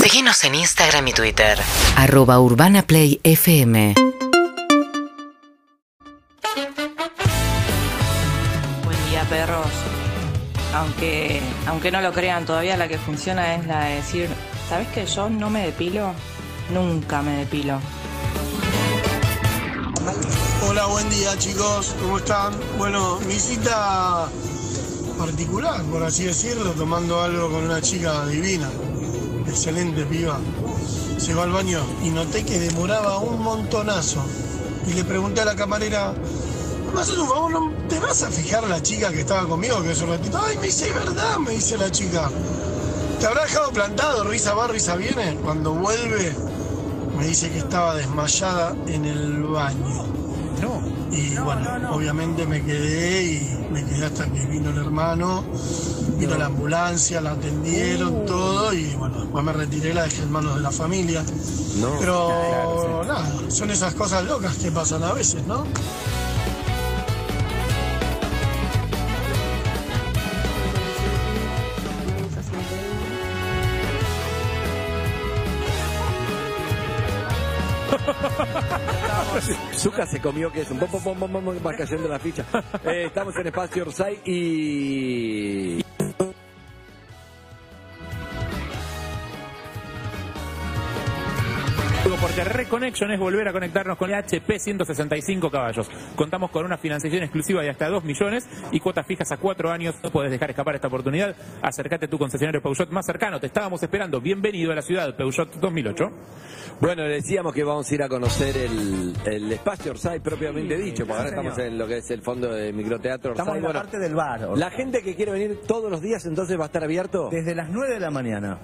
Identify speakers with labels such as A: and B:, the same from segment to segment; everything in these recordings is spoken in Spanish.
A: Seguinos en Instagram y Twitter.
B: Arroba Urbana Play FM.
C: Buen día, perros. Aunque, aunque no lo crean, todavía la que funciona es la de decir, ¿sabes que yo no me depilo? Nunca me depilo.
D: Hola, buen día chicos, ¿cómo están? Bueno, mi cita particular, por así decirlo, tomando algo con una chica divina, excelente piba. Llegó al baño y noté que demoraba un montonazo. Y le pregunté a la camarera, ¿me haces un favor? ¿No ¿Te vas a fijar la chica que estaba conmigo que hace un ratito? Ay, me dice, "Es ¿verdad? Me dice la chica. ¿Te habrá dejado plantado? Risa va, risa viene. Cuando vuelve, me dice que estaba desmayada en el baño. Y bueno, obviamente me quedé y me quedé hasta que vino el hermano, vino la ambulancia, la atendieron, todo, y bueno, después me retiré, la dejé en manos de la familia.
E: No.
D: Pero nada, son esas cosas locas que pasan a veces, ¿no?
E: Zuka se comió que es un pom, pom, pom, pom, pom, va cayendo la ficha. Eh, estamos en Espacio Orsay y...
F: Porque Reconnection es volver a conectarnos con el HP 165 caballos. Contamos con una financiación exclusiva de hasta 2 millones y cuotas fijas a 4 años. No puedes dejar escapar esta oportunidad. Acércate a tu concesionario Peugeot más cercano. Te estábamos esperando. Bienvenido a la ciudad Peugeot 2008.
E: Bueno, decíamos que vamos a ir a conocer el, el Espacio Orsay propiamente dicho, porque ahora estamos en lo que es el fondo de microteatro Orsay.
G: Estamos en la
E: Bueno,
G: parte del bar. Orsa.
E: la gente que quiere venir todos los días entonces va a estar abierto.
G: Desde las 9 de la mañana.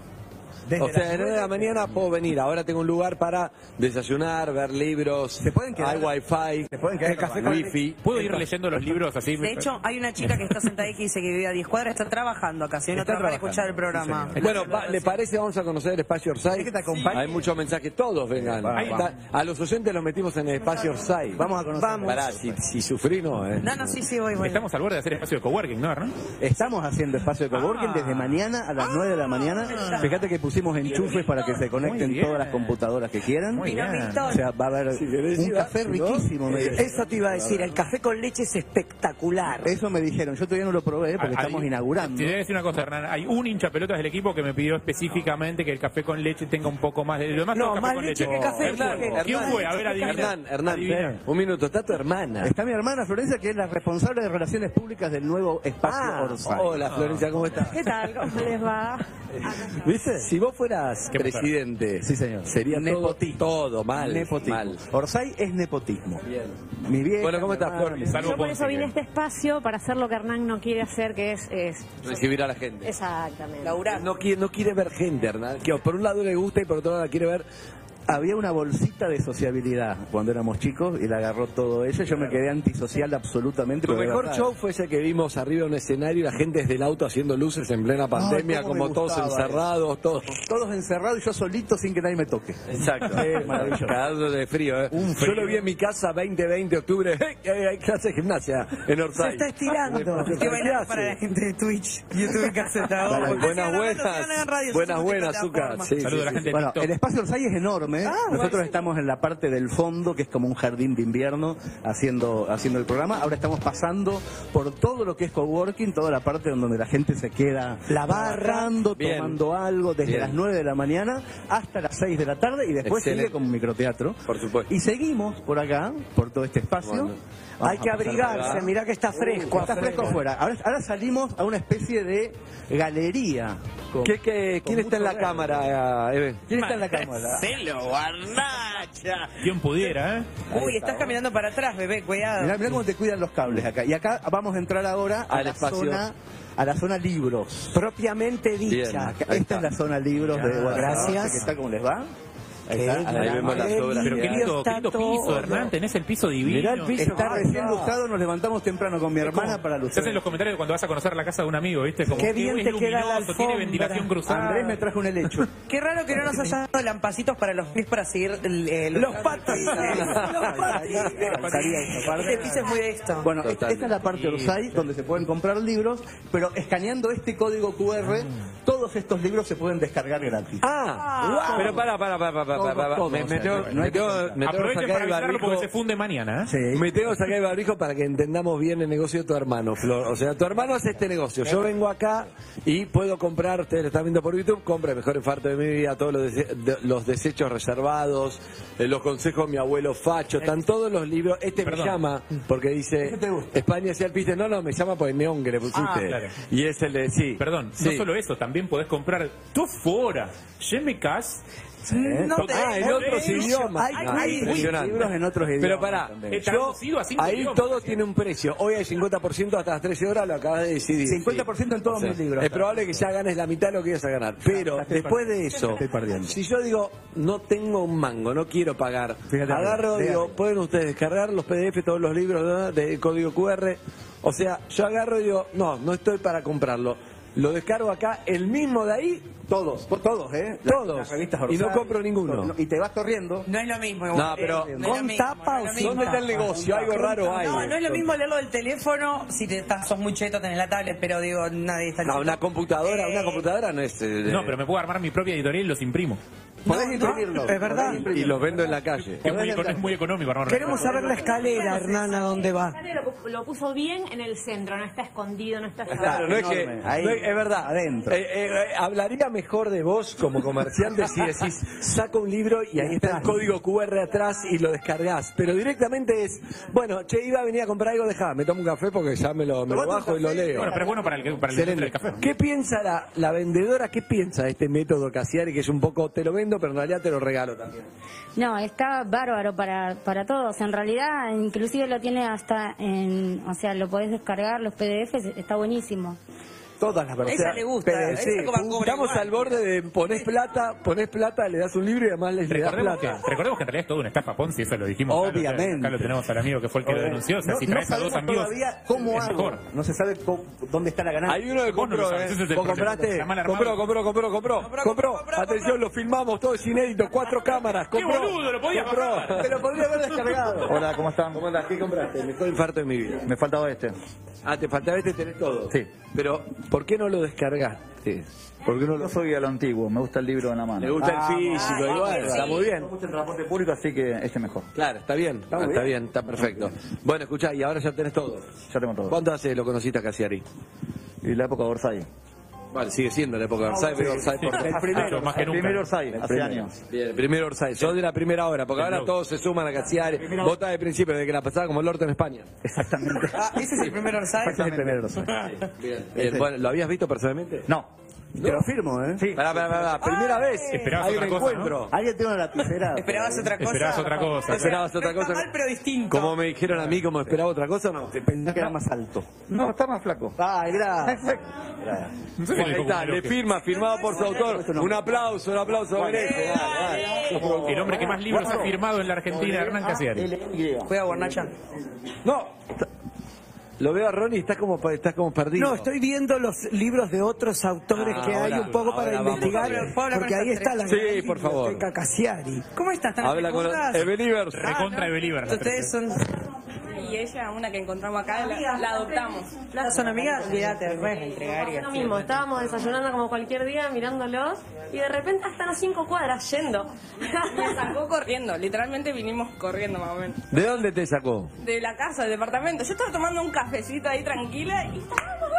G: Desde
E: O sea,
G: las
E: de 9 de la mañana puedo venir. Ahora tengo un lugar para desayunar, ver libros.
G: Se pueden quedar-
E: Hay wifi.
G: Se pueden quedar
E: hay café
G: con-
E: wifi.
F: ¿Puedo ir leyendo los libros así?
H: De hecho, hay una chica que está sentada ahí que dice que vive a 10 cuadras, está trabajando acá, si no
G: Está
H: trabaja para
G: trabajando,
H: escuchar el
G: sí,
H: programa.
G: señor.
E: Bueno, va- ¿le parece? Vamos a conocer el espacio Orsay.
G: ¿Querés que te acompañe?
E: Hay muchos mensajes, todos vengan.
G: Ahí
E: Está- a los oyentes los metimos en el espacio Orsay.
G: Vamos a conocer. Vamos.
E: Pará, si, si sufrí, no, ¿eh?
H: No, no, sí, sí, voy, voy.
F: Estamos al borde de hacer espacio de coworking, ¿no, Hernán?
G: Estamos haciendo espacio de coworking
E: Ah.
G: desde mañana a las 9 de la mañana. Fíjate que pusimos enchufes para que se conecten
F: bien.
G: todas las computadoras que quieran.
F: Muy
H: Mirá,
F: bien.
H: Milton.
G: O sea, va a haber un café riquísimo. me dijeron.
I: Eso te iba a decir, el café con leche es espectacular.
G: Eso me dijeron. Yo todavía no lo probé porque
F: Hay-
G: estamos
F: Te
G: inaugurando.
F: voy a decir una cosa, Hernán. Hay un hincha pelotas del equipo que me pidió específicamente que el café con leche tenga un poco más de. Lo demás
I: No,
F: todo café
I: más
F: con
I: leche que café,
F: ¿Quién fue?
I: Hernán,
F: ¿Quién fue? A ver, adivina.
E: Hernán, Hernán,
F: Adivina.
E: un minuto, está tu hermana.
G: Está mi hermana Florencia, que es la responsable de relaciones públicas del nuevo espacio
E: Ah,
G: Orsay.
E: hola Florencia, ¿cómo estás?
H: ¿Qué tal? ¿Cómo les va?
E: ¿Viste? Si vos fueras
F: Qué mujer.
E: presidente,
G: Sí, señor.
E: sería todo-
G: Nepotismo.
E: todo, mal.
G: Nepotismo.
E: mal.
G: Orsay es nepotismo. Mi vieja,
E: Bueno, ¿cómo
G: mi
E: estás,
G: hermana,
E: Flor?
G: mi-
F: Salvo
J: Yo por
F: Ponce,
J: eso
F: que-
J: vine a este espacio para hacer lo que Hernán no quiere hacer, que es... es-
E: Recibir a la gente.
J: Exactamente.
H: Laura.
E: No quiere, no quiere ver gente, Hernán. Que por un lado le gusta y por otro lado la quiere ver.
G: Había una bolsita de sociabilidad cuando éramos chicos y la agarró todo ella. Yo me quedé antisocial absolutamente.
E: Tu
G: pero de
E: mejor
G: verdad.
E: show fue ese que vimos arriba de un escenario y la gente desde el auto haciendo luces en plena pandemia,
G: cómo me
E: como todos
G: gustaba
E: encerrados, todos.
G: Todos encerrados y yo solito sin que nadie me toque.
E: Exacto.
G: Eh, maravilloso.
E: Cagándose de frío, ¿eh? Yo lo vi en mi casa 20, 20 de octubre. Eh, Hay clase de gimnasia en
I: Se
E: Orsay.
I: está estirando.
H: Qué bailar para la gente de Twitch, YouTube y Caseta.
E: Para-
H: Porque
E: buenas,
H: si no,
E: buenas.
H: no, si no, no hagan radio, si
E: Buenas,
H: no,
E: buenas,
H: tengo
E: Zucca.
H: plataforma.
E: Sí,
F: Saludos a la
E: sí,
F: gente de
G: Bueno,
F: TikTok.
G: el espacio Orsay es
I: Ah,
G: enorme. ¿eh? Nosotros estamos en la parte del fondo, que es como un jardín de invierno, haciendo, haciendo el programa. Ahora estamos pasando por todo lo que es coworking, toda la parte en donde la gente se queda
I: La barra.
G: lavarrando,
E: Bien.
G: tomando algo desde
E: Bien.
G: las 9 de la mañana hasta las 6 de la tarde y después
E: Excelente.
G: sigue como microteatro.
E: Por supuesto.
G: Y seguimos por acá, por todo este espacio.
E: Bueno.
G: Vamos
I: Hay que
G: a pasar por acá.
I: abrigarse, mirá que está fresco.
G: Está fresco afuera. Ahora, ahora salimos a una especie de galería. con-
E: ¿Qué- qué-
G: con
E: ¿Quién está en la
G: mucho verde.
E: cámara, eh, Eve?
G: ¿Quién está en la cámara?
F: ¿Quién pudiera, eh?
H: Uy, estás caminando para atrás, bebé, cuidado.
G: Mirá, mirá cómo te cuidan los cables acá. Y acá vamos a entrar ahora a
E: Al
G: la
E: espacio.
G: zona a la zona libros.
I: Propiamente dicha.
E: Bien.
G: Acá-
E: Ahí
G: esta es
E: está.
G: la zona libros de Guadalajara,
I: Gracias.
G: que está como les va.
E: Ahí está, ahí vemos las obras.
F: Pero qué
E: que
F: lindo,
E: hay.
F: qué lindo piso, Hernán, tenés el piso divino.
E: Mirá el piso.
G: Está recién lustrado, nos levantamos temprano con mi hermana para
F: Se hacen
G: lucir.
F: los comentarios cuando vas a conocer la casa de un amigo, ¿viste? Como,
I: Qué bien
F: es
I: te queda la
F: luminoso, tiene
I: alfombra.
F: ventilación cruzada.
G: Andrés me trajo un helecho.
H: Qué raro que no nos hayan dado lampacitos para los pies para seguir eh,
G: Los patines.
H: Los patines.
G: Faltaría esa parte.
H: Este piso es muy de esto.
G: Bueno, es-
E: Total.
G: esta es la parte Orsay donde se pueden comprar libros, pero escaneando este código QR, todos estos libros se pueden descargar gratis.
E: Ah,
G: Wow.
E: pero pará, pará, pará, pará,
G: Todo,
E: pará, pará.
G: todo,
E: Me,
G: o
E: me
G: sea,
E: tengo,
G: no hay
E: me
G: que
E: tengo,
G: contar.
E: me tengo que
F: Aprovechen
E: sacar
F: para
E: el
F: avisarlo porque
E: barbijo.
F: se funde mañana, ¿eh?
G: Sí.
E: Me tengo que sacar el barbijo para que entendamos bien el negocio de tu hermano, Flor. O sea, tu hermano hace este negocio. Yo vengo acá y puedo comprar, ustedes lo están viendo por YouTube, compra el mejor infarto de mi vida, todos los, dese- de- los desechos reservados, eh, los consejos de mi abuelo Facho, están todos los libros. Este
F: Perdón.
E: me llama porque dice,
G: ¿Qué te gusta?
E: España hacía el piste. No, no, me llama por el neón que le pusiste.
F: Ah, claro.
E: Y es el de, sí.
F: Perdón,
E: sí.
F: no solo eso, también podés comprar tu fora, Yemecas, Eh,
H: No te-
E: Ah, en
H: no
E: otros
H: te-
E: idiomas.
H: Ay,
E: Ah,
H: ay,
E: impresionante.
G: libros en otros idiomas
E: Pero pará,
G: también.
E: yo,
F: eh, Traducido a cinco
E: ahí
F: idiomas.
G: ¿eh?
E: todo tiene un precio. Hoy hay 50% hasta las 13 horas, lo acabas de decidir.
G: 50% en todos mis libros.
E: Es probable que ya ganes la mitad de lo que ibas a ganar. Pero después de eso,
G: Estoy perdiendo.
E: si yo digo, no tengo un mango, no quiero pagar,
G: Fíjate,
E: agarro,
G: fíjate.
E: digo, pueden ustedes descargar los PDF, todos los libros ¿no? de código QR. O sea, yo agarro y digo, no, no estoy para comprarlo. Lo descargo acá, el mismo de ahí,
G: Todos, po- todos, ¿eh?
E: Todos.
G: las revistas
E: Y no
G: Orsay,
E: compro ninguno.
G: todo. Y te vas corriendo.
H: No es lo mismo. igual. Eh,
E: No, pero-
H: No es lo
I: ¿Con
H: mismo,
I: tapa
H: no es
I: o
H: lo
I: sin
H: mismo.
E: ¿dónde está el negocio? Algo raro hay.
H: No, no es lo mismo leerlo del teléfono si te estás, sos muy cheto, tenés la tablet, pero digo, nadie está
E: No,
H: cheto.
E: una computadora, una computadora no es. eh,
F: No, pero me puedo armar mi propia editorial y los imprimo.
G: Podés
I: no,
G: imprimirlo.
I: es verdad.
G: podés
E: Y
G: imprimirlo.
E: los vendo en la calle.
F: Que es muy, econo- es muy económico armar.
I: Queremos saber la escalera, Hernán, a dónde va.
J: Lo, lo puso bien en el centro, no está escondido, no está...
E: Claro, no es que.
G: Enorme. Ahí,
E: no es, es verdad.
G: adentro.
E: Eh, eh, eh, hablaría mejor de vos como comerciante si decís, saca un libro y ahí está el código QR atrás y lo descargás. Pero directamente es, bueno, che, iba a venir a comprar algo, dejá, me tomo un café porque ya me lo, me lo
G: Tomate un
E: bajo y lo
G: café.
E: leo.
F: Bueno, pero es bueno para el, que- para el
E: Excelente.
F: del café.
E: ¿Qué piensa la, la vendedora? ¿Qué piensa de este método casiari que es un poco te lo vendo, pero en realidad te lo regalo también?
J: No, está bárbaro para, para todos. En realidad, inclusive lo tiene hasta en... O sea, lo podés descargar, los PDFs, está buenísimo.
G: Todas las versiones.
H: Ella le gusta, ella cobra- cobra
E: Estamos
H: igual.
E: al borde de ponés plata, ponés plata, le das un libro y además les le das
F: Recordemos que,
E: plata.
F: recordemos que en realidad es toda una estafa Ponzi, eso lo dijimos. acá, lo-
G: Obviamente.
F: Acá lo tenemos al amigo que fue el que lo denunció. O sea,
G: no,
F: si
G: no
F: traes a dos
G: sabemos
F: amigos,
G: todavía cómo
F: es
G: hago.
F: mejor.
G: No se sabe cómo- dónde está la ganancia.
E: Hay uno que
F: Vos no lo
E: compró,
F: sabes,
E: ¿eh?
F: ese es el
E: ¿Vos
F: problema.
E: compraste?
F: Está mal armado.
E: Compró, compró, compró, compró.
H: Compró,
E: Compró.
H: compró,
E: Atención, lo filmamos, todo es inédito, cuatro cámaras.
F: ¡Qué
E: Compró.
F: boludo, lo podía bajar!
E: Te lo podría haber descargado.
K: Hola, ¿cómo están?
E: ¿Cómo andás? ¿Qué compraste? El mejor infarto de mi vida.
K: Me faltaba este.
E: Ah, te faltaba este, tenés todo.
K: Sí.
E: Pero, ¿por qué no lo descargaste?
K: Porque no lo soy a lo antiguo, me gusta el libro en la mano.
E: Le gusta
H: Ah,
E: el físico, igual,
K: Ah,
E: está muy bien.
K: Me gusta el transporte público, así que este mejor.
E: Claro, está bien, está,
G: muy
E: está
G: bien.
E: bien. está perfecto. Bueno, escuchá, y ahora ya tenés todo.
K: Ya tengo todo.
E: ¿Cuánto hace lo conociste a Casiari?
K: Y la época de Orsay.
E: Bueno, sigue siendo la época de Orsay, pero Orsay por
F: El primero, más que
K: El
F: nunca.
K: primer Orsay, hace
G: primero.
K: años.
E: Bien, el primer Orsay, sos de la primera hora, porque
F: El
E: ahora
F: blog.
E: todos se suman a Casiari. Vota de principio, desde que la pasaba como el orto en España.
K: Exactamente.
H: Ah, ese es el primer Orsay.
G: Ese es el primer Orsay.
E: Bien. bueno, ¿lo habías visto personalmente?
K: No.
G: Te lo firmo, ¿eh?
K: Sí.
E: Pará, pará, pará, primera vez.
F: Esperabas
E: Hay
F: otra
E: un
F: cosa,
E: encuentro.
G: Alguien tiene una lapicera.
H: Esperabas otra cosa.
F: Esperabas otra cosa.
H: O sea,
E: Esperabas otra
H: no está
E: cosa.
H: mal, pero distinto.
E: Como me dijeron a mí, como esperaba otra cosa, no. Te
G: Pensá que era más alto.
K: No, está más flaco.
G: Ay, gracias.
F: No sé si
E: Ahí
F: le dijo
E: está,
F: como
E: le
F: que-
E: firma, firmado por su autor. Un aplauso, un aplauso. a Vanessa, dale, dale.
F: El hombre que más libros ha firmado en la Argentina, Hernán Casiari.
K: L-Y.
H: Juega Bornacha.
E: No. Lo veo a Ronnie y estás como, estás como perdido.
I: No, estoy viendo los libros de otros autores
E: Ah,
I: que hay
E: ahora,
I: un poco
E: ahora
I: para
E: vamos.
I: investigar,
H: Pablo, Pablo,
I: porque
H: con
I: ahí
H: esas
I: está la
E: tres.
I: gran
E: Sí, por favor.
I: biblioteca Cassiari.
H: ¿Cómo estás? ¿Tan
E: Habla con
H: recordás?
E: el Believers.
F: Recontra de Belíbar.
H: Ustedes son...
J: Y ella, una que encontramos acá,
H: la- la adoptamos. ¿Son amigas? Olvídate, re entregaría.
J: Lo mismo, estábamos desayunando como cualquier día, mirándolos, y de repente hasta las cinco cuadras yendo.
C: Me sacó corriendo, literalmente vinimos corriendo más o menos.
E: ¿De dónde te sacó?
C: De la casa, del departamento. Yo estaba tomando un cafecito ahí tranquila y vamos, vamos, vamos.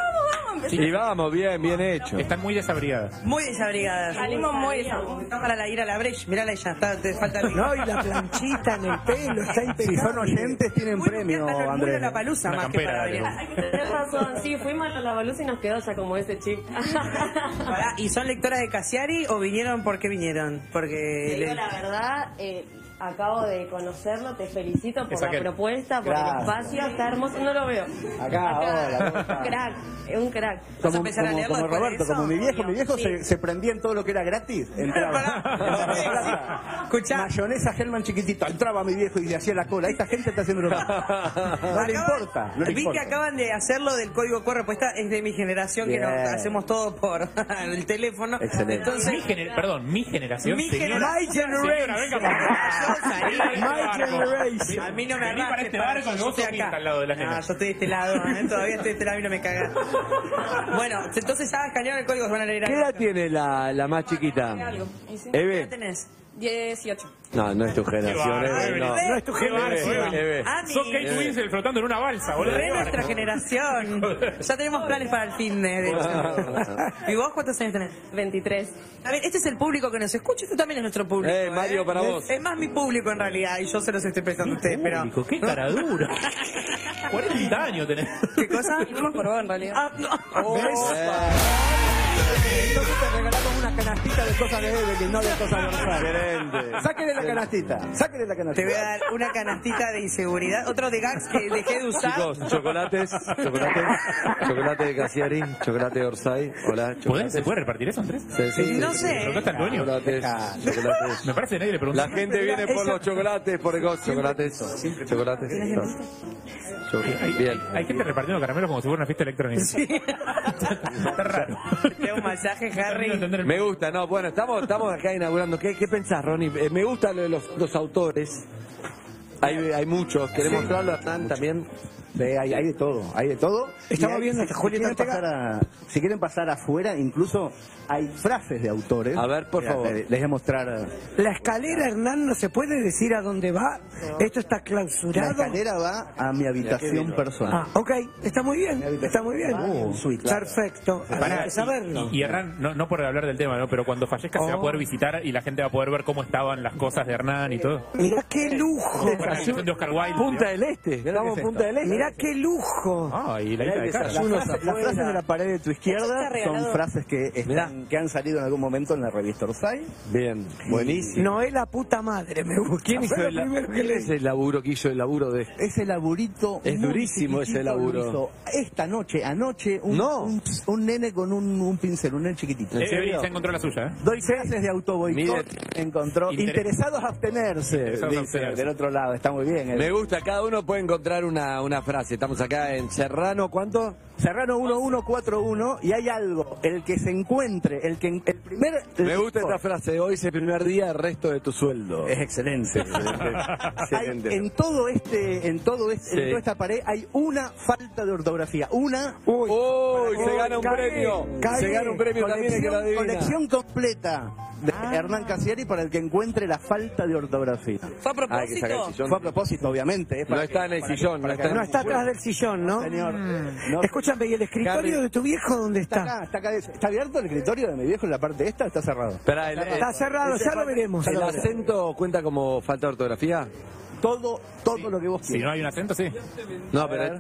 C: Empecé-
E: Y vamos, bien, bien hecho.
F: Están muy desabrigadas.
H: Muy desabrigadas.
C: Salimos muy desabrigadas.
H: Está para la ir a la brecha. Mirá la ella, está, te falta el...
I: No, y la planchita en el pelo está impecable.
G: Si son oyentes, tienen
H: Muy
G: premio,
H: bien, está
G: Andrés.
H: la palusa
F: Una
H: más que
F: campera,
H: para
F: dale.
H: venir.
J: Tienes razón, sí, fuimos a la baluza y nos quedó ya como ese chip.
H: Pará, ¿Y son lectoras de Cassiari o vinieron porque vinieron? Porque...
J: Te digo
H: le-
J: la verdad, eh,
L: Acabo de conocerlo, te felicito por
M: Es
L: la
M: aquel.
L: propuesta, por
M: Gracias.
L: el espacio, está hermoso, no lo veo.
G: Acá, hola, ¿cómo estás?
L: Crack, es un crack.
G: Como, como- como Roberto, como mi viejo, mi viejo se, se prendía en todo lo que era gratis. Entraba. Escuchá. Mayonesa Germán chiquitito. Entraba mi viejo y le hacía la cola. Esta gente está haciendo lo mismo. No le importa. No le
H: Vi que
G: importa.
H: acaban de hacerlo del código QR, pues esta es de mi generación que
F: Bien.
H: nos hacemos todo por el teléfono. Entonces,
F: mi gener- perdón, mi generación.
H: Mi
F: señora-
H: generación. My
F: Señora, venga para acá.
H: My
F: generation.
H: este A mí no me
F: Vení para
H: arrastres,
F: este barco,
H: yo
F: que vos
H: estoy
F: sos
H: acá.
F: al lado de la
H: No, yo estoy de este lado, ¿eh? todavía estoy de este lado, a mí no me cagas. Bueno, entonces ya escanearon el código, se van a leer
E: ¿Qué edad tiene la, la más chiquita?
H: ¿Qué
E: Eve.
H: tenés?
M: 18.
E: No, no es tu generación.
F: Qué
E: Eve, no.
F: bárbaro,
E: no
F: Eve.
E: es tu
F: Qué
E: generación.
F: bárbaro, Eve. Sos Kate Winslet flotando en una balsa, boludo.
H: Re nuestra generación. Ya tenemos planes para el fin de hecho. ¿Y vos cuántos años tenés? 23. A ver, este es el público que nos escucha, este también es nuestro público.
E: Eh, Mario, para
H: Es-
E: vos.
H: Es más mi público en realidad, y yo se los estoy prestando a ustedes, pero...
F: Público, qué cara dura. 40 años tenés.
H: ¿Qué cosa? por vos en realidad. Ah, no.
E: Oh.
G: Entonces te regalamos una canastita de cosas de Eve que no de cosas de Rosario.
E: Excelente.
G: Sáquenle la canastita. Sáquenle la
H: Te
G: canastita.
H: voy a dar una canastita de inseguridad, otro de gags que dejé de usar.
E: Chicos, chocolates, chocolates, chocolate de Casiari, chocolate de Orsay. Hola, chocolate.
F: ¿Se puede repartir eso, Andrés?
E: Sí, sí,
F: No
E: sí.
F: sé. ¿Preguntaste a Antonio?
E: Chocolates, chocolates.
F: Me parece que nadie le preguntó.
E: La gente viene por los chocolates, por el gozo. Chocolates, chocolates. Chocolates. Bien.
F: Hay gente repartiendo caramelos como si fuera una fiesta electrónica. Está raro. Eh,
H: Te doy un masaje, Harry.
E: Me gusta, no, bueno, estamos, estamos acá inaugurando. ¿Qué, qué pensás, Ronnie? Eh, me gustan los, los autores. Hay, hay muchos. ¿Querés
G: Sí.
E: mostrarlo, Hernán, también?
G: De- hay, hay de todo, hay de todo.
E: Estamos
G: Y hay-
E: viendo
G: si,
E: hasta
G: si
E: Julieta
G: quieren pasar a- si quieren pasar afuera, incluso hay frases de autores.
E: A ver, por
G: Mira,
E: favor.
G: te- Les voy a mostrar.
I: La escalera, Hernán, no se puede decir a dónde va. Esto está
G: La
I: clausurado.
G: escalera va a mi habitación personal.
I: Ah, ok, está muy bien, está muy bien.
G: Ah, suite, claro.
I: Perfecto,
F: Pará,
I: hay que saberlo. Oh.
F: Y, y Hernán, no, no por hablar del tema, ¿no? pero cuando fallezca se va a poder visitar y la gente va a poder ver cómo estaban las cosas de Hernán y todo.
I: Mirá qué lujo.
F: Como la canción de Oscar Wilde.
E: Punta
F: ¿no?
E: del Este,
F: qué
E: estamos
F: es
E: en Punta
F: esto.
E: del Este.
I: Mirá qué lujo.
F: Ah, y la
G: Mirá
F: isla
G: el
F: de Cara.
G: desayuno, Las frases, las frases de la pared de tu izquierda
I: Eso está
G: son
I: regalado.
G: frases que, están- que han salido en algún momento en la revista Orsay.
E: Bien, buenísimo.
I: Noé la puta madre, me gusta.
E: ¿Quién hizo
I: Fue lo
E: el, la-
I: primero que
E: quién
I: leí.
E: es el laburo que hizo el laburo de este?
G: Ese laburito.
E: Es
G: muy
E: durísimo ese
G: chiquitito lo
E: laburo.
G: hizo Esta noche, anoche, un,
E: No.
G: un, un nene con un, un pincel, un nene chiquitito.
F: Eh, Evi, ya encontró la suya, ¿eh?
G: Doy frases de autoboicot.
E: Mire.
G: Encontró
F: Interes-
G: interesados a abstenerse,
F: Interesados a
G: dice,
F: abstenerse.
G: del otro lado. Está muy bien. eh.
E: Me gusta, cada uno puede encontrar una, una frase. Estamos acá en Serrano, ¿cuánto?
G: Serrano 1141 y hay algo, el que se encuentre, el que en- el primer
E: Me gusta esta frase, hoy es el primer día, el resto de tu sueldo.
G: es excelente. Hay-
E: Excelente.
G: en todo este, en todo este,
E: Sí.
G: en toda esta pared hay una falta de ortografía, una
E: Uy, se gana un
I: cagué,
E: premio. Se
I: cagué.
E: gana un premio también el que la
G: colección,
E: adivina.
G: colección completa de
H: Ah.
G: Hernán Casieri para el que encuentre la falta de ortografía.
H: Fue a
E: Hay que sacar el
H: propósito.
E: sillón.
G: Fue a propósito, obviamente. eh,
E: No
G: para
E: está en el
G: para que-
E: sillón,
G: para
E: no
G: que-
E: está en
I: No está atrás del sillón, ¿no?
G: Señor,
H: Mm.
G: no,
I: Escúchame, ¿y el escritorio
E: Harry.
I: de tu viejo dónde
G: está
I: está?
G: acá, está acá. ¿Está abierto el escritorio de mi viejo en la parte esta o está cerrado?
E: Esperá, el,
I: Está cerrado, ya lo veremos.
E: el acento cuenta como falta de ortografía?
G: Todo, todo lo que vos
F: Si no
G: quieras.
F: hay un acento, sí.
I: Eh,
E: No, pero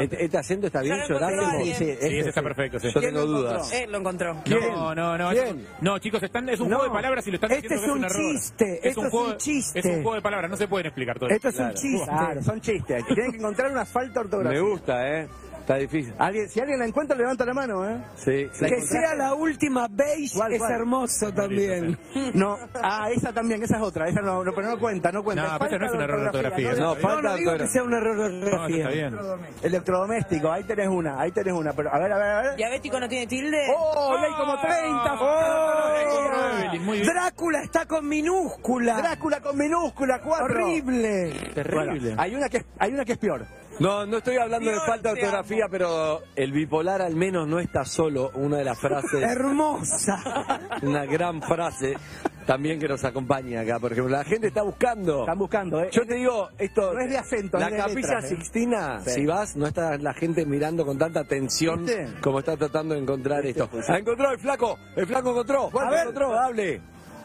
E: este, este acento está bien
H: Ya lo
E: llorando.
H: encontró alguien.
G: Sí,
F: Sí, ese
G: este-
F: está perfecto, sí.
E: Yo
H: ¿Quién
E: tengo
H: lo encontró?
F: Eh,
E: dudas.
H: Él lo encontró.
F: No, no, no.
E: ¿Quién?
F: es- no, chicos, están, es un
I: No.
F: juego de palabras y lo están
I: Este
F: diciendo
I: es
F: que
I: un
F: es un error.
I: chiste, esto es un chiste.
F: Es un juego de palabras, no se pueden explicar todo
I: Esto es un
E: Claro.
I: chiste.
G: Claro, son chistes. Tienen que encontrar una falta de
E: Me
G: ortografía.
E: gusta, ¿eh? Está difícil.
G: Alguien, si alguien la encuentra, levanta la mano, ¿eh?
E: Sí.
G: La
I: Que
G: encontraste.
I: sea la última beige
G: ¿Cuál,
I: es
G: cuál?
I: hermoso también.
G: No, ah, esa también, esa es otra, esa no, no, pero no cuenta, no cuenta.
F: No,
G: Es
F: pero esa no
G: falta
F: es un error de ortografía.
E: No,
G: No,
I: No,
E: falta
I: no
E: de
I: digo que
E: ortografía.
I: sea un error de
F: No, eso está
I: ortografía.
F: bien.
G: Electrodoméstico, ahí tenés una, ahí tenés una, pero a ver, a ver, a ver.
H: Diabético no tiene tilde.
G: ¡Oh! Hay como 30.
F: Ah, Evelyn,
E: Oh,
F: muy bien.
I: Drácula está con minúscula.
G: Drácula con minúscula, cuatro.
I: Horrible.
F: Terrible.
G: Hay una que es, hay una que es peor.
E: No, no estoy hablando de
H: Dios,
E: falta de
H: te
E: ortografía, pero el bipolar al menos no está solo. Una de las
H: Oh,
E: frases,
I: Hermosa.
E: una gran frase también que nos acompaña acá. Por ejemplo, la gente está buscando.
G: Están buscando, ¿eh?
E: Yo te digo, esto.
G: No es de acento, es
E: La
G: de
E: capilla
G: letras, ¿eh?
E: Sixtina,
G: Sí.
E: si vas, no está la gente mirando con tanta atención
G: ¿Viste?
E: como está tratando de encontrar
G: ¿Viste?
E: esto.
G: Pues,
E: ¡Ah, encontró el flaco! ¡El flaco encontró!
G: A
E: ¿Cuál
G: ver.
E: encontró? ¡Hable!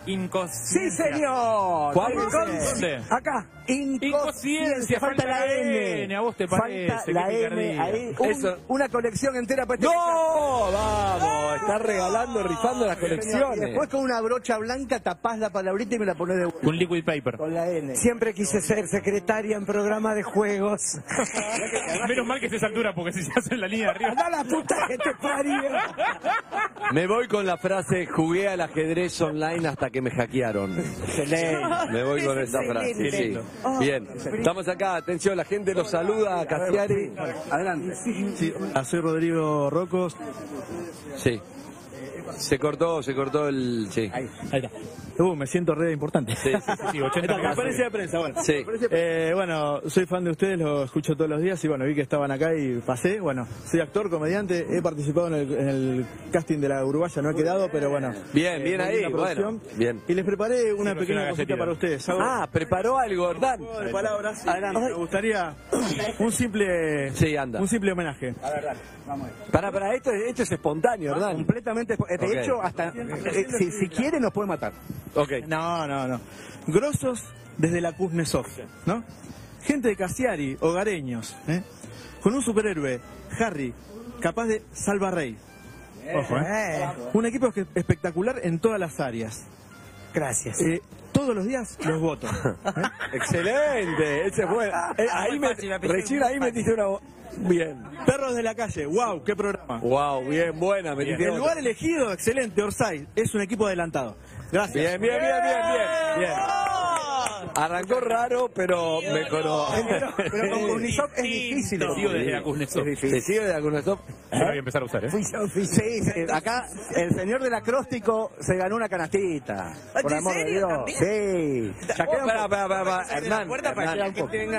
G: Sí,
F: Inconsciencia.
G: señor.
E: ¿Cuál?
G: Inconsciencia.
F: ¿Dónde?
I: Acá.
F: Inconsciencia, falta la N, a vos te parece,
G: Falta la
F: qué
G: N
F: picardía.
G: ahí. Un-
E: Eso.
G: Una colección entera para este
E: ¡No! ¡Vamos! está regalando, rifando las
G: Y
E: colecciones.
G: después con una brocha blanca tapás la palabrita y me la ponés de vuelta.
F: Un liquid paper.
G: Con la N.
I: Siempre quise ser secretaria en programa de juegos.
F: Menos mal que estés a esa altura, porque si se hace en la línea de arriba.
I: Anda la puta que te parió.
E: Me voy con la frase, jugué al ajedrez online hasta que me hackearon. Me voy con esa frase.
G: Excelente.
E: sí.
G: Oh,
E: Bien, estamos acá, atención, la gente los saluda a Cassiari.
G: Adelante.
M: Sí, hola, soy Rodrigo Rocos.
E: Sí. Se cortó, se cortó el... Sí.
M: Ahí está. Uh, me siento re importante.
E: Sí, sí, sí, sí, 80
M: Está, Conferencia de prensa, bueno.
E: Sí.
M: Eh, bueno, soy fan de ustedes, los escucho todos los días y bueno, vi que estaban acá y pasé. Bueno, soy actor, comediante, he participado en el, en el casting de la Uruguaya, no he quedado, pero bueno.
E: Bien, bien
M: muy
E: ahí,
M: linda Eh, producción.
E: bueno, bien.
M: Y les preparé una
E: Sí, no, es
M: pequeña
E: una
M: cosita
E: galletita.
M: para ustedes. Algo-
E: Ah, preparó algo, Hernán.
M: de palabras. Adelante. Me gustaría un simple, un simple homenaje.
G: A ver, dale, vamos ahí.
E: Para, para, esto, es- esto es espontáneo, ¿verdad?
G: Completamente. espo- eh, De
E: Ok.
G: hecho, hasta eh, si, si quiere nos puede matar.
M: No, no, no. Grosos desde la Kuznetsov, ¿no? Gente de Cassiari, hogareños, ¿eh? Con un superhéroe, Harry, capaz de salva rey. Ojo, ¿eh? Un equipo que- espectacular en todas las áreas.
I: Gracias.
M: Eh, todos los días los votos.
E: Excelente, ese fue. eh, ahí me, recién ahí metiste una. Bien.
M: Perros de la calle, wow, qué programa.
E: Wow, bien, buena, metiste
M: El
E: otra.
M: lugar elegido, excelente, Orsay. Es un equipo adelantado. Gracias.
E: Bien, bien, bien, bien, bien. bien. Arrancó raro, pero mejoró.
G: Pero con Kuznetsov es difícil.
F: Te sigo desde la Kuznetsov.
E: ¿Te sigue de alguna stop?
F: Ahora voy a empezar a usar, ¿eh?
G: Sí, sí, acá el señor del acróstico se ganó una canastita. Por
I: ¿En
G: amor de
I: serio?
G: Dios. Sí.
E: Ya queda un poco. Oh, Pará, pará, pará, Hernán, Hernán,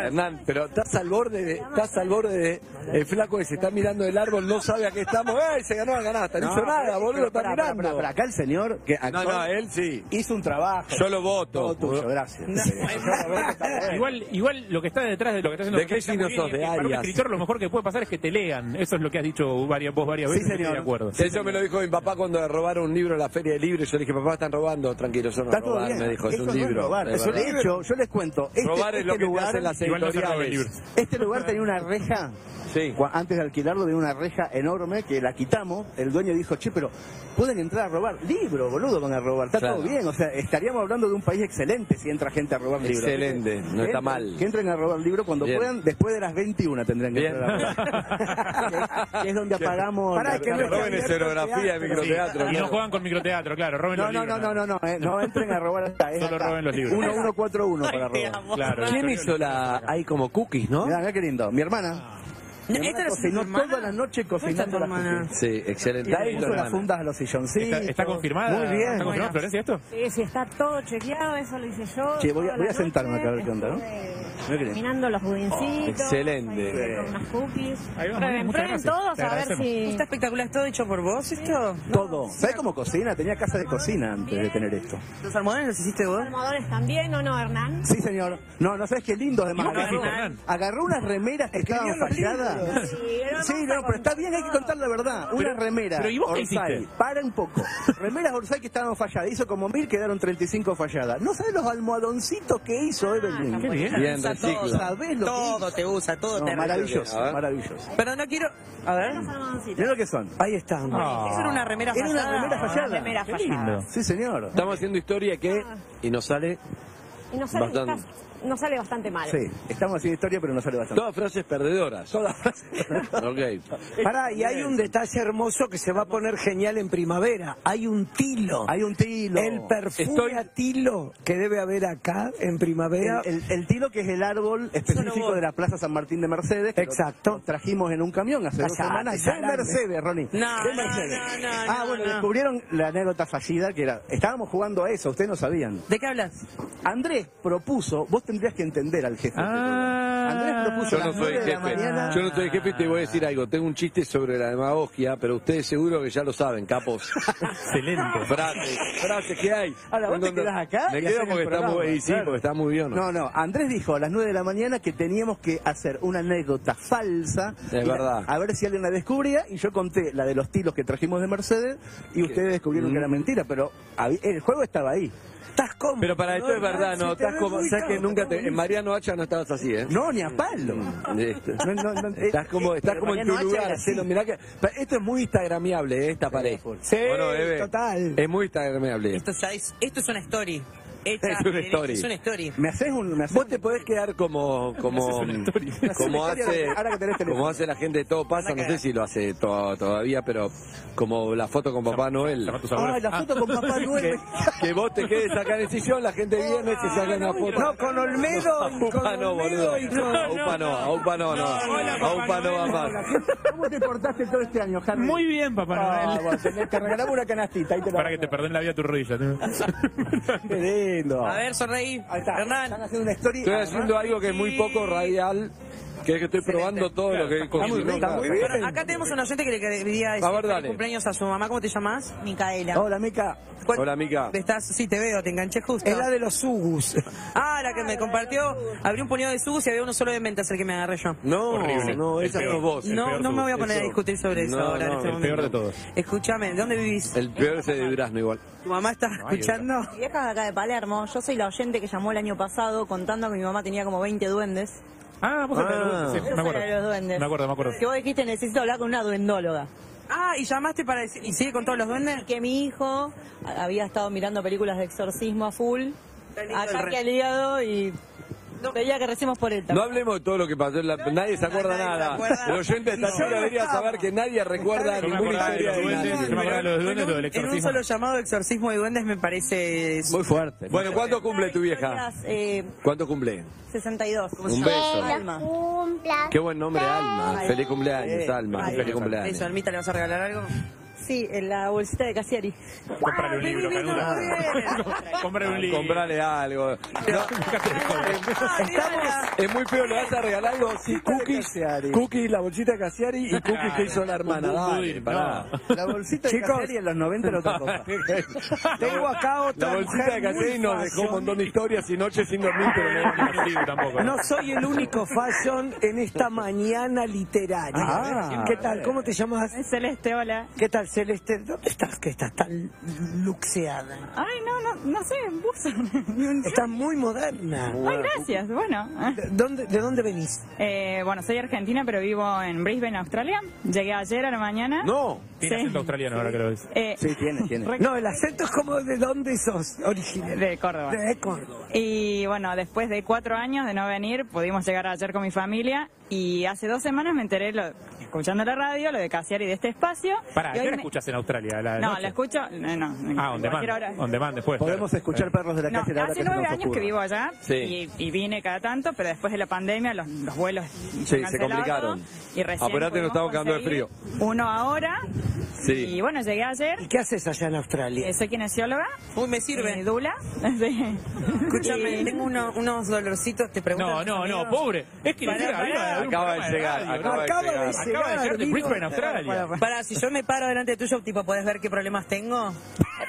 E: Hernán, pero estás al borde de, estás al borde de, el flaco que se está mirando el árbol, no sabe a qué estamos, ¡ay! Se ganó la ganasta, no, hizo
G: pero-
E: nada, boludo,
G: pero
E: está
G: pará,
E: mirando.
G: pará, pará, acá el señor que
E: No,
G: actor
E: no, él sí.
G: hizo un trabajo.
E: Yo lo voto.
G: Todo tuyo, gracias.
F: Igual, igual lo que está detrás de lo que está haciendo
E: ¿De qué
F: está
E: signo
F: muy bien,
E: sos?
F: es que
E: ¿De
F: Para un
E: Aries?
F: escritor lo mejor que puede pasar es que te lean. Eso es lo que has dicho varias, vos varias
G: Sí,
F: veces.
G: señor.
F: Estoy de acuerdo.
E: Eso me lo dijo mi papá cuando robaron un libro en la feria de libros. Yo le dije, papá, están robando, tranquilo, eso no es
G: Está todo
E: robar,
G: bien.
E: me dijo, es
G: Esto
E: un
G: no es
E: libro.
G: robar,
E: es
G: eso- de
E: verdad.
G: hecho, yo les cuento. Este,
E: Robar es lo
G: este
E: que te
G: lugar,
E: hacen las
F: Igual no se roben
E: editoriales.
F: libros.
G: Este lugar tenía una reja.
E: Sí.
G: Cu- Antes de alquilarlo tenía una reja enorme que la quitamos. El dueño dijo, che, pero pueden entrar a robar libro, boludo, van a robar. Está
E: Claro.
G: todo bien. O sea, estaríamos hablando de un país excelente si entra gente a robar libros.
E: Excelente, no
G: Que
E: está
G: entren-
E: mal.
G: Que entren a robar libros cuando
E: Bien.
G: puedan. Después de las 21 tendrán que
E: Bien.
G: entrar a robar. que es donde apagamos...
I: Pará, que no
E: Roben
I: está abierto el
E: escenografía de
I: teatro.
E: microteatro.
F: Y no
E: claro.
F: juegan con microteatro, claro. Roben
G: No,
F: los
G: no,
F: libros,
G: no, no,
F: nada.
G: no, no, eh, no entren a robar acá. es
F: Solo
G: acá.
F: roben los libros.
G: 1141 para robar.
F: Claro.
E: ¿Quién hizo la...? Hay como cookies, ¿no? Ah.
G: Mirá, mirá qué lindo. Mi hermana. Mi hermana
H: ¿Esta es
G: cocinó
H: tu hermana?
G: toda la noche
H: está tu
G: cocinando las
H: hermana?
G: cookies.
E: Sí, excelente. Ahí,
G: Puso las
E: hermana.
G: fundas a los silloncitos.
F: ¿Está, está confirmada?
G: Muy bien.
F: ¿Está confirmada, Florencia, esto?
J: Sí, sí, está todo chequeado, eso lo hice yo.
G: Che, voy a-
J: toda
G: voy a
J: la
G: sentarme
J: noche, Este,
G: acá a ver qué onda, ¿no?
J: estuve
G: Mirá qué lindo.
J: Mirando los budincitos.
E: Excelente.
J: ahí Con unas cookies.
F: Ahí va,
J: Prueben,
F: muchas
J: prueben
F: gracias.
J: todos
F: Te
J: a ver
F: agradecemos.
J: si...
H: ¿Está espectacular? ¿Es todo hecho por vos esto?
G: Todo. ¿Sabes cómo cocina? Tenía casa de cocina antes de tener esto.
H: ¿Los almohadones los hiciste vos?
J: ¿Almohadones también o no, Hernán?
G: Sí, señor. No, no sabes qué lindo además.
F: ¿Y vos qué
G: Agarró,
F: hiciste,
G: agarró unas remeras que estaban falladas. Sí, no, pero está bien, hay que contar la verdad. Una
F: Pero-
G: remera.
F: pero ¿y vos qué hiciste?
G: Para un poco. Remeras Orsay que estaban falladas. Hizo como mil, quedaron 35 falladas. ¿No sabes los almohadoncitos que hizo eh,
I: Ah,
G: Evelyn?
F: Qué bien.
E: Bien,
H: Usa todo.
E: recicla.
G: ¿Sabés lo que
H: Todo te usa, todo
G: No,
H: te
G: maravilloso,
E: A ver.
G: maravilloso.
H: Pero no quiero... A
F: ¿Eh?
H: ver.
G: Mirá lo que son.
I: Ahí están.
H: Eso era una remera
G: Era
H: fallada.
G: una remera fallada.
H: Una remera
G: Qué
H: fallada.
F: lindo.
G: Sí, señor.
E: Estamos haciendo historia que... Y nos sale...
J: Y nos sale,
E: Bastante.
J: bastante. nos sale bastante mal.
G: Sí, estamos haciendo historia, pero no sale bastante.
E: Todas frases perdedoras. Todas frases. Ok.
I: Pará, y hay un detalle hermoso que se va a poner genial en primavera. Hay un tilo.
G: Hay un tilo.
I: El perfume
E: Estoy-
I: a tilo que debe haber acá en primavera.
G: El, el- el tilo que es el árbol específico de la Plaza San Martín de Mercedes. que lo-
I: Exacto.
G: lo trajimos en un camión hace dos
I: Callate,
G: semanas. Ya en
I: salarme.
G: Mercedes, Ronnie.
H: No,
G: Ya en
H: no,
G: Mercedes.
H: no, no,
G: Ah,
H: no,
G: bueno,
H: no.
G: descubrieron la anécdota fallida que era, estábamos jugando a eso, ustedes no sabían.
H: ¿De qué hablas?
G: Andrés propuso, vos tendrías que entender al jefe.
F: Ah.
G: Andrés propuso
E: Yo
G: a
E: no
G: las
E: soy
G: nueve de la
E: jefe.
G: mañana.
E: Yo no soy jefe y te voy a decir algo. Tengo un chiste sobre la demagogia, pero ustedes seguro que ya lo saben, capos. Ah,
F: Excelente.
E: Frases, frases que hay.
G: Ahora, ¿vos te
E: Cuando-
G: quedás acá
E: Me
G: y
E: quedo
G: haces
E: porque
G: el
E: está
G: programa,
E: muy, y sí,
G: claro.
E: porque está muy bien. ¿no?
G: No, no, Andrés dijo a las 9 de la mañana que teníamos que hacer una anécdota falsa.
E: Es
G: y la-
E: verdad.
G: a ver si alguien la descubría. Y yo conté la de los tilos que trajimos de Mercedes. Y ustedes descubrieron que era mentira. Pero hab- el juego estaba ahí.
N: Estás cómodo.
G: Pero para esto
N: No,
G: es verdad,
N: se
G: no,
N: te
G: estás
N: ve
G: como,
N: muy
G: o sea que
N: cómodo,
G: nunca
N: está
G: te, en
N: buenísimo.
G: Mariano Hacha no estabas así, ¿eh?
E: No, ni a palo.
G: Listo.
E: No, no, no, eh,
G: Estás como,
E: eh,
G: estás
E: pero
G: como en
E: Mariano
G: tu
E: Hacha
G: lugar,
E: era así.
G: Chelo, mirá que, pero esto es muy instagramiable, eh, esta pareja.
E: Sí,
G: ¿O no, Eve?
E: total.
G: Es muy instagramiable.
H: Esto, ya es, esto es una story. Hecha,
G: Es una story.
H: Es una story.
E: ¿Me haces un.? Me haces
G: Vos te podés quedar como como como
E: Haces una
G: hace
E: historia ahora que tenés teléfono.
G: como hace la gente de todo pasa, no sé si lo hace to- todavía, pero como la foto con Papá Noel.
E: Ay, la foto con Papá Noel.
G: Que vos te quedes acá en el sillón, la gente viene, se saca una foto.
N: No, con Olmedo y con
G: Aupa Ah, no,
N: Olmedo
G: boludo.
N: y con-
G: Aupa no, aupa no, no. Aupa no va más.
E: ¿Cómo te portaste todo este año, Harry?
F: Muy bien, Papá
E: Ah,
F: Noel.
E: bueno, tenés- te regalamos una canastita. Ahí te la
F: Para que te perdonen la vida a tu rodilla.
E: Qué lindo.
H: A ver, sonreí.
E: Ahí está.
H: Hernán.
E: Están haciendo una story.
G: Estoy
E: además,
G: haciendo algo que es muy poco radial, que es que estoy probando todo lo que
E: muy bien, está muy bien.
H: Bueno, acá tenemos un oyente que le quería decir
G: A ver,
H: feliz
G: dale.
H: cumpleaños a su mamá. ¿Cómo te llamas? Micaela.
E: Hola, Mica.
H: ¿Cuál-
G: Hola, Mica.
H: Estás, sí, te veo, te enganché justo.
N: Es la de los Ugus.
H: Ah, la que me compartió. Abrí un puñado de subus y había uno solo de mentas, el que me agarré yo.
G: No,
F: Horrible.
G: no,
F: El
G: esa
F: peor.
G: sos vos.
F: El
H: No,
F: peor
H: no me voy a
G: subus.
H: poner a
G: Eso.
H: discutir sobre eso
G: No,
H: ahora en
G: no,
H: este
G: el
H: momento.
F: peor de todos.
H: Escúchame, ¿dónde vivís?
G: El peor es el de Durazno igual.
H: ¿Tu mamá está
F: hay
H: escuchando?
O: Mi vieja es de acá de Palermo. Yo soy la oyente que llamó el año pasado contando que mi mamá tenía como 20 duendes.
F: Ah, vos
G: Ah.
F: ah, sí, me
O: Yo soy la de los
F: acuerdo.
O: duendes.
F: Me acuerdo, me acuerdo.
O: Que vos dijiste, necesito hablar con una duendóloga.
H: Ah, y llamaste para decir. ¿Y sigue con todos los duendes?
O: Que mi hijo a- había estado mirando películas de exorcismo a full.
H: Está lindo el
O: Acá
H: re-
O: que aliado y veía que recemos por él.
G: No hablemos de todo lo que pasó. en la- nadie se acuerda
H: nadie se
G: nada.
H: acuerda.
G: El oyente de estación
E: No.
G: debería saber que nadie recuerda
F: Yo me
G: ninguna
F: acordaba de
G: historia
F: los
G: de
F: duendes,
G: nadie.
F: yo me acordaba de los duendes, lo del
H: En un
F: exorcismo.
H: solo llamado de exorcismo de duendes me parece.
G: Muy fuerte. Bueno, ¿cuánto cumple tu vieja?
O: Eh,
G: ¿Cuánto cumple?
O: 62.
G: Un beso.
O: Alma.
G: Qué buen nombre, Alma. Feliz
O: Eh,
G: cumpleaños, Alma.
H: Ay,
G: Feliz
H: Eso,
G: cumpleaños.
H: Almita, ¿le vas a regalar algo?
O: Sí, en la bolsita de Casiari.
F: Comprale un
O: Ah,
F: libro, Canuta. Comprale
G: Ah,
F: un libro.
G: Comprale algo.
H: Estamos.
G: Es muy feo, le vas a regalar algo. Sí, cookies,
E: Cassiari.
G: cookies, la bolsita de Cassiari y cookies que hizo la hermana.
F: Un
G: Dale,
F: budín,
G: pará.
E: La bolsita de
N: Chicos.
E: Cassiari en los 90 era otra cosa.
N: Tengo acá otra
G: La bolsita de
N: mujer muy
G: Cassiari nos dejó un
N: fashion.
G: montón de historias y noches sin dormir, pero no dormimos.
F: No, libro tampoco.
N: No soy el único fashion en esta mañana literaria.
E: Ah.
N: ¿Qué tal? ¿Cómo te llamas?
O: Celeste, hola.
N: ¿Qué tal, Celeste? ¿Dónde estás que estás tan luxeada?
O: Ay, no, no, no sé, en buzo.
N: Estás muy moderna.
O: Ay, gracias. Bueno,
N: ¿De dónde, de dónde venís?
O: eh, bueno, soy argentina, pero vivo en Brisbane, Australia. Llegué ayer a la mañana.
G: No.
F: Tiene acento australiano ahora que lo ves.
O: Eh,
E: Sí, tiene, tiene.
N: No, el acento es como de dónde sos, original.
O: de Córdoba.
N: De Córdoba.
O: Y bueno, después de cuatro años de no venir, pudimos llegar ayer con mi familia. Y hace dos semanas me enteré, lo- escuchando la radio, lo de Casiari de este espacio.
F: Pará,
O: Y
F: ¿qué
O: hoy
F: hora
O: me-
F: escuchás en Australia? ¿A la
O: No,
F: noche?
O: la escucho. eh, No,
F: Ah, on
O: cualquier
F: demand.
O: hora.
F: On demand después.
E: Podemos
F: claro.
N: Eh.
E: escuchar perros de la
O: No,
E: calle ahora
O: hace
E: que se nos
O: nueve años que
E: ocurra.
O: vivo allá
G: Sí.
O: y, y vine cada tanto, pero después de la pandemia los, los vuelos
G: se
O: cancelaron
G: complicaron.
O: Y recién
G: Apurate,
O: pudimos
G: nos estamos cagando de frío.
O: conseguir Uno ahora.
G: Sí.
O: Y bueno, llegué ayer.
N: ¿Y qué haces allá en Australia?
O: eh, Soy kinesióloga.
H: Uy, me
O: eh,
H: sirve.
O: Dula. Sí.
H: Escúchame,
O: Y-
H: tengo uno- unos dolorcitos, te pregunto.
F: No, no, no, pobre. Es que
H: Pará,
F: llega,
H: pará.
F: viva, un
G: Acaba de
F: programa
G: llegar,
N: Acaba de
F: radio,
G: acaba de llegar.
N: llegar.
F: Acaba de llegar de
N: vino.
F: Brisbane, Australia.
H: Para, si yo me paro delante tuyo, tipo, ¿podés ver qué problemas tengo?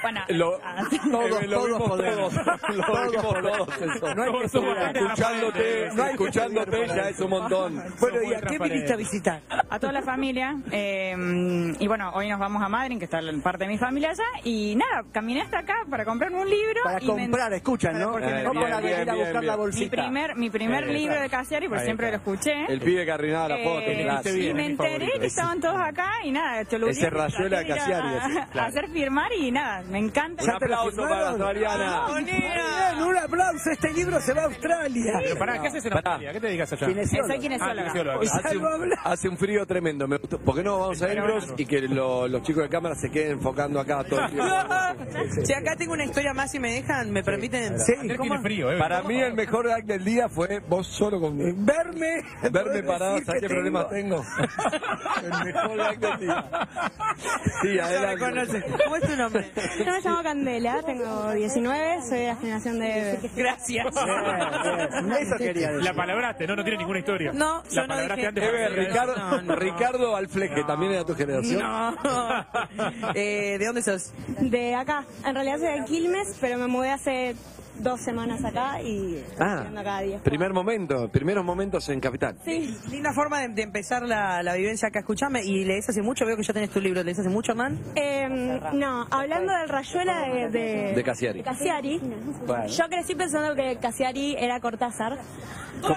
O: Bueno,
G: Lo,
O: ah,
G: todos, lo
E: todos
G: vimos
E: podemos.
G: todos. Lo vimos todos. eso.
E: No hay que
F: Todos
E: estudiar.
F: somos gente
G: Escuchándote,
F: transparente.
G: escuchándote ya es un montón.
N: Bueno,
F: muy
N: ¿y a qué viniste a
F: transparentes.
N: visitar?
O: a toda la familia. eh, y bueno, hoy nos vamos a Madrid, que está la parte de mi familia allá. Y nada, caminé hasta acá para comprarme un libro.
E: Para
O: y me-
E: comprar, escuchan, ¿no?
G: porque me-
E: No para
G: Bien,
E: ir a
G: bien,
E: buscar
G: bien.
E: la
O: mi
E: bolsita.
O: primer, mi primer
G: Ahí está.
O: libro de Casiari, por
G: Ahí
O: siempre
G: está.
O: lo escuché.
G: El pibe que arruinaba la foto,
O: Eh,
G: claro.
O: y me
F: mi
O: enteré
F: favorito.
O: que estaban todos acá y nada, te lo
G: Ese Rayuela
O: traté de ir
G: Cassiari,
O: a-
G: ese,
O: a
G: claro.
O: hacer firmar y nada, me encanta.
G: Un aplauso para
O: Ah,
G: Mariana.
N: Bien, un aplauso. Este libro se va a Australia.
F: Pero pará, ¿qué haces en
G: Pará.
F: Australia? ¿Qué te dedicas allá?
E: Kinesiólogo.
O: Soy
F: Ah,
O: kinesióloga.
F: kinesiólogo.
N: Hoy
G: Hace
N: salgo a
G: un,
N: hablar.
G: hace un frío tremendo. Me gustó. ¿Por qué no vamos a irnos y que lo- los chicos de cámara se queden enfocando acá todo el tiempo?
H: Si acá tengo una historia más y me dejan, me permiten.
N: Sí,
F: Ayer
N: ¿cómo?
F: Ah, tiene frío, ¿eh?
G: Para mí el mejor act del día fue vos solo
N: Eh,
G: con...
N: Verme.
G: Verme
N: poder
G: parado,
N: decir
G: ¿sabes
N: que
G: qué problemas tengo? El mejor act del día. Sí, adelante.
H: ¿Cómo es tu nombre?
O: Yo me llamo Candela, tengo 19, soy de la generación de...
H: Gracias.
E: Bien, bien.
F: Eh,
E: Eso quería decir.
F: La palabraste, no, no tiene ninguna historia.
H: No, yo
F: la
H: no
F: palabraste
H: dije-
F: antes.
G: Eve,
F: para-
G: Eh, Ricardo,
H: No, no.
G: Ricardo Alfleje, también era tu generación. Ah,
H: No. Eh, ¿De dónde sos?
O: De acá, en realidad soy de Quilmes, pero me mudé hace dos semanas acá y estoy
E: Ah.
O: estudiando cada día.
E: Primer momento, primeros momentos en Capital.
H: Sí. Linda forma de, de empezar la, la vivencia acá. Escuchame, y lees hace mucho, veo que ya tenés tu libro. ¿Lees hace mucho, man?
O: Em, no, hablando del Rayuela de, de,
E: De Cassiari.
O: de Cassiari,
E: Bueno.
O: yo crecí pensando que Cassiari era Cortázar.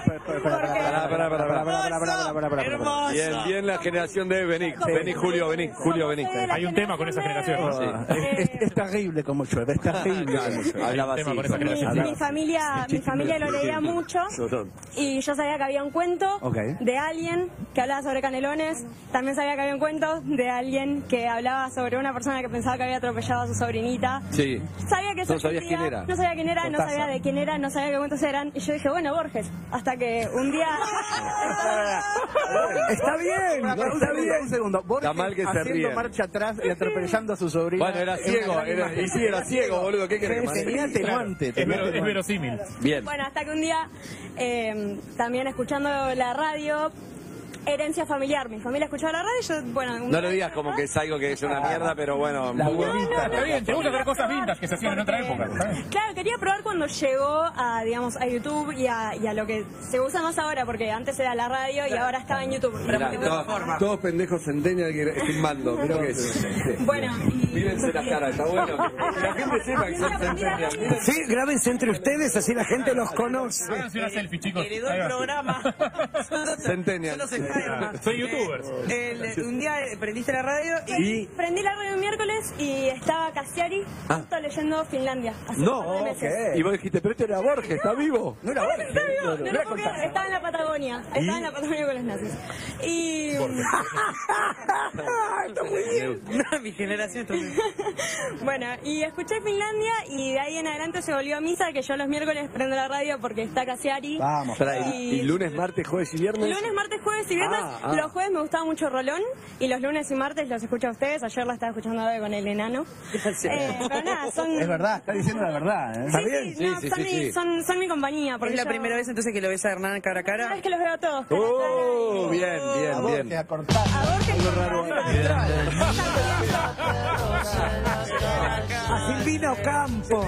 E: Pará, pará, pará, pará, pará, pará, pará, pará, pará, pará. Bien, bien la generación de vení, vení Julio, vení, Julio, vení.
F: Hay un tema con esa generación. ¿no?
E: Sí.
G: Es, es terrible como llueve, es terrible. como llueve.
E: Hablaba así.
O: Mi, mi familia, mi familia lo leía mucho y yo sabía que había un cuento
G: Ok.
O: de alguien que hablaba sobre canelones. También sabía que había un cuento de alguien que hablaba sobre una persona que pensaba que había atropellado a su sobrinita.
E: Sí.
O: Sabía que eso
E: No sabías
O: existía,
E: quién era.
O: No sabía quién era, no
E: Cortázar.
O: sabía de quién era, no sabía qué cuentos eran. Y yo dije, bueno, Borges. Hasta que un día.
G: Está bien,
O: Pará, pará, un
G: está
O: segundo,
G: bien.
O: un
G: segundo.
E: Está mal que se
G: haciendo
E: ríen.
G: marcha atrás y atropellando a su sobrina.
E: Bueno, era ciego, era- y sí, era ciego, boludo, ¿qué querés que
G: Tenía
E: maneje?
G: atenuante,
E: Claro, es
G: tenía
E: vero- es
G: atenuante.
E: verosímil. Bien.
O: Bueno, hasta que un día, eh, también escuchando la radio, herencia familiar. Mi familia escuchaba la radio y yo, bueno, un
E: No
O: día-
E: lo digas como que es algo que es una mierda, pero bueno, muy bueno.
F: Está bien, te gusta hacer cosas vintage que se hacían en otra época. está bien.
O: Claro, quería probar cuando llegó a, digamos, a YouTube y a, y a lo que se usa más ahora, porque antes era la radio y ahora estaba en YouTube.
E: Mirá, todos, todos pendejos centenial que filmando, mirá que es.
O: Bueno,
E: Mírense la cara, está bueno. que La gente sepa que son centenial.
I: Sí, grábense entre ustedes, así la gente los conoce.
F: Háganse una selfie, chicos.
H: Heredó el
F: Ahí va.
H: Eh, programa.
E: Centennial.
F: Soy youtuber.
H: El- un día eh, prendiste la radio y...
O: Y- Prendí la radio un miércoles y estaba Cassiari justo leyendo Finlandia. hace un par
E: Ah. No,
O: de meses.
E: y vos dijiste, pero este era Borges, ¿está vivo? No era Borges.
O: Está vivo, no lo puedo creer, Estaba en la Patagonia, estaba en la Patagonia con los nazis. Y
H: Mi generación está muy-
O: bueno, y escuché Finlandia y de ahí en adelante se volvió a misa que yo los miércoles prendo la radio porque está Cassiari.
E: Vamos. Pará, y, y lunes, martes, jueves y viernes.
O: Lunes, martes, jueves y viernes.
E: Ah, ah.
O: Los jueves me gustaba mucho Rolón y los lunes y martes los escucho a ustedes. Ayer la estaba escuchando a Ave con el enano. Eh, pero nada, son...
G: Es verdad, está diciendo la verdad. ¿eh?
O: Sí, sí, no, son, mi, son- son mi compañía. Porque
H: ¿Es la
O: yo-
H: primera vez entonces que lo ves a Hernán cara a
O: la
H: cara?
O: vez que los veo a todos.
E: Oh, bien, bien, bien.
I: A Silvina Ocampo.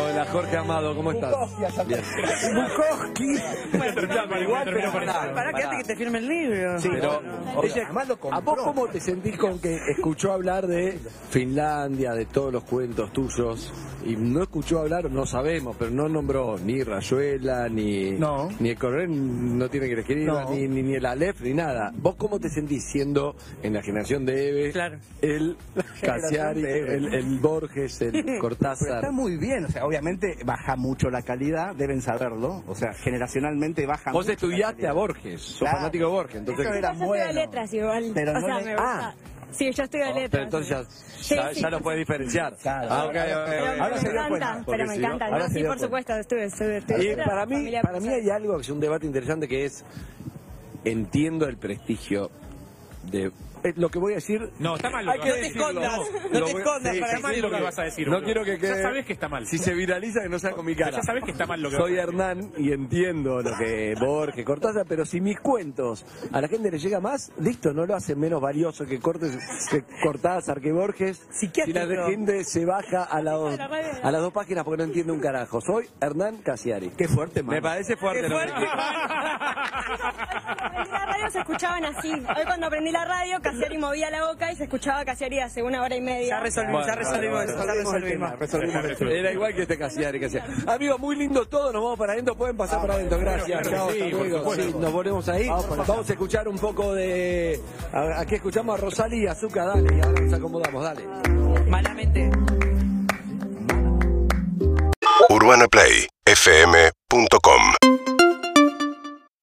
E: Hola, Jorge Amado, ¿cómo estás? Bien.
I: Bukowski.
E: igual, pero pará,
H: Pará, quédate que te firme el libro.
E: Sí, pero ella- ¿A vos cómo te sentís con que escuchó hablar de Finlandia, de todos los cuentos tuyos? Y no escuchó hablar, no sabemos, pero no nombró ni Rayuela, ni,
G: No.
E: ni el Correr, no tiene que escribir,
G: No.
E: ni, ni, ni el Aleph, ni nada. ¿Vos cómo te sentís siendo en la generación de Eve, el Cassiari,
G: de Eve.
E: el, el Borges, el
G: Pero
E: Cortázar?
G: está muy bien, o sea, obviamente baja mucho la calidad, deben saberlo, o sea, generacionalmente baja
E: Vos
G: mucho la
E: estudiaste
G: calidad.
E: a Borges, sos
G: Claro.
E: fanático de Borges, entonces...
G: Eso era
O: Yo estudio
G: bueno.
O: letras igual.
G: Pero
O: o
G: no Ah.
O: sea,
G: le-
O: me gusta. Sí, yo estudio letras.
E: Oh, Pero entonces ya, ya,
O: Sí, sí,
E: ya lo
O: por
E: puedes diferenciar. Ah, ok, ok, ok.
O: Pero me encanta, pero me encanta. No, sí, por supuesto, estuve, estuve, estuve.
E: Y para mí,
O: Familia
E: para mí hay algo que es un debate interesante que es entiendo el prestigio de eh, lo que voy a decir.
F: No, está mal. lo
E: Hay
F: que
E: que
F: vas a decir.
E: decirlo.
F: No
E: Lo
F: te
E: voy-
F: escondas.
E: sí,
F: para
E: sí,
F: está
E: sí,
F: mal lo que
E: porque
F: vas a decir.
E: No
F: boludo.
E: quiero que quede.
F: Ya sabes que está mal.
E: Si se viraliza que no sea con mi cara.
F: Ya sabes que está mal lo que
E: Soy
F: vas a decir.
E: Hernán y entiendo lo que Borges, Cortázar, pero si mis cuentos a la gente le llega más, listo, no lo hacen menos valioso que, Cortes, que Cortázar, que Borges. Si la
G: Psiquiátrico.
E: gente se baja a, la, o- a las dos páginas porque no entiende un carajo. Soy Hernán Casiari.
G: Qué fuerte, man.
E: Me parece fuerte. lo que dije.
O: Cuando prendí la radio se escuchaban así. Hoy cuando prendí la radio, Casiari movía la boca y se escuchaba Casiari hace una hora y media.
H: Ya resolvimos, ya resolvimos, ya resolvimos.
E: Era igual que este Casiari. Casiari. Amigos, muy lindo todo. Nos vamos para adentro. Pueden pasar para adentro. Gracias. Chao, hasta luego. Sí, nos volvemos ahí. Vamos a escuchar un poco de. a- Aquí escuchamos a Rosalía, Azúcar. Dale, y ahora nos acomodamos. Dale.
H: Malamente.
P: UrbanaPlayFM.com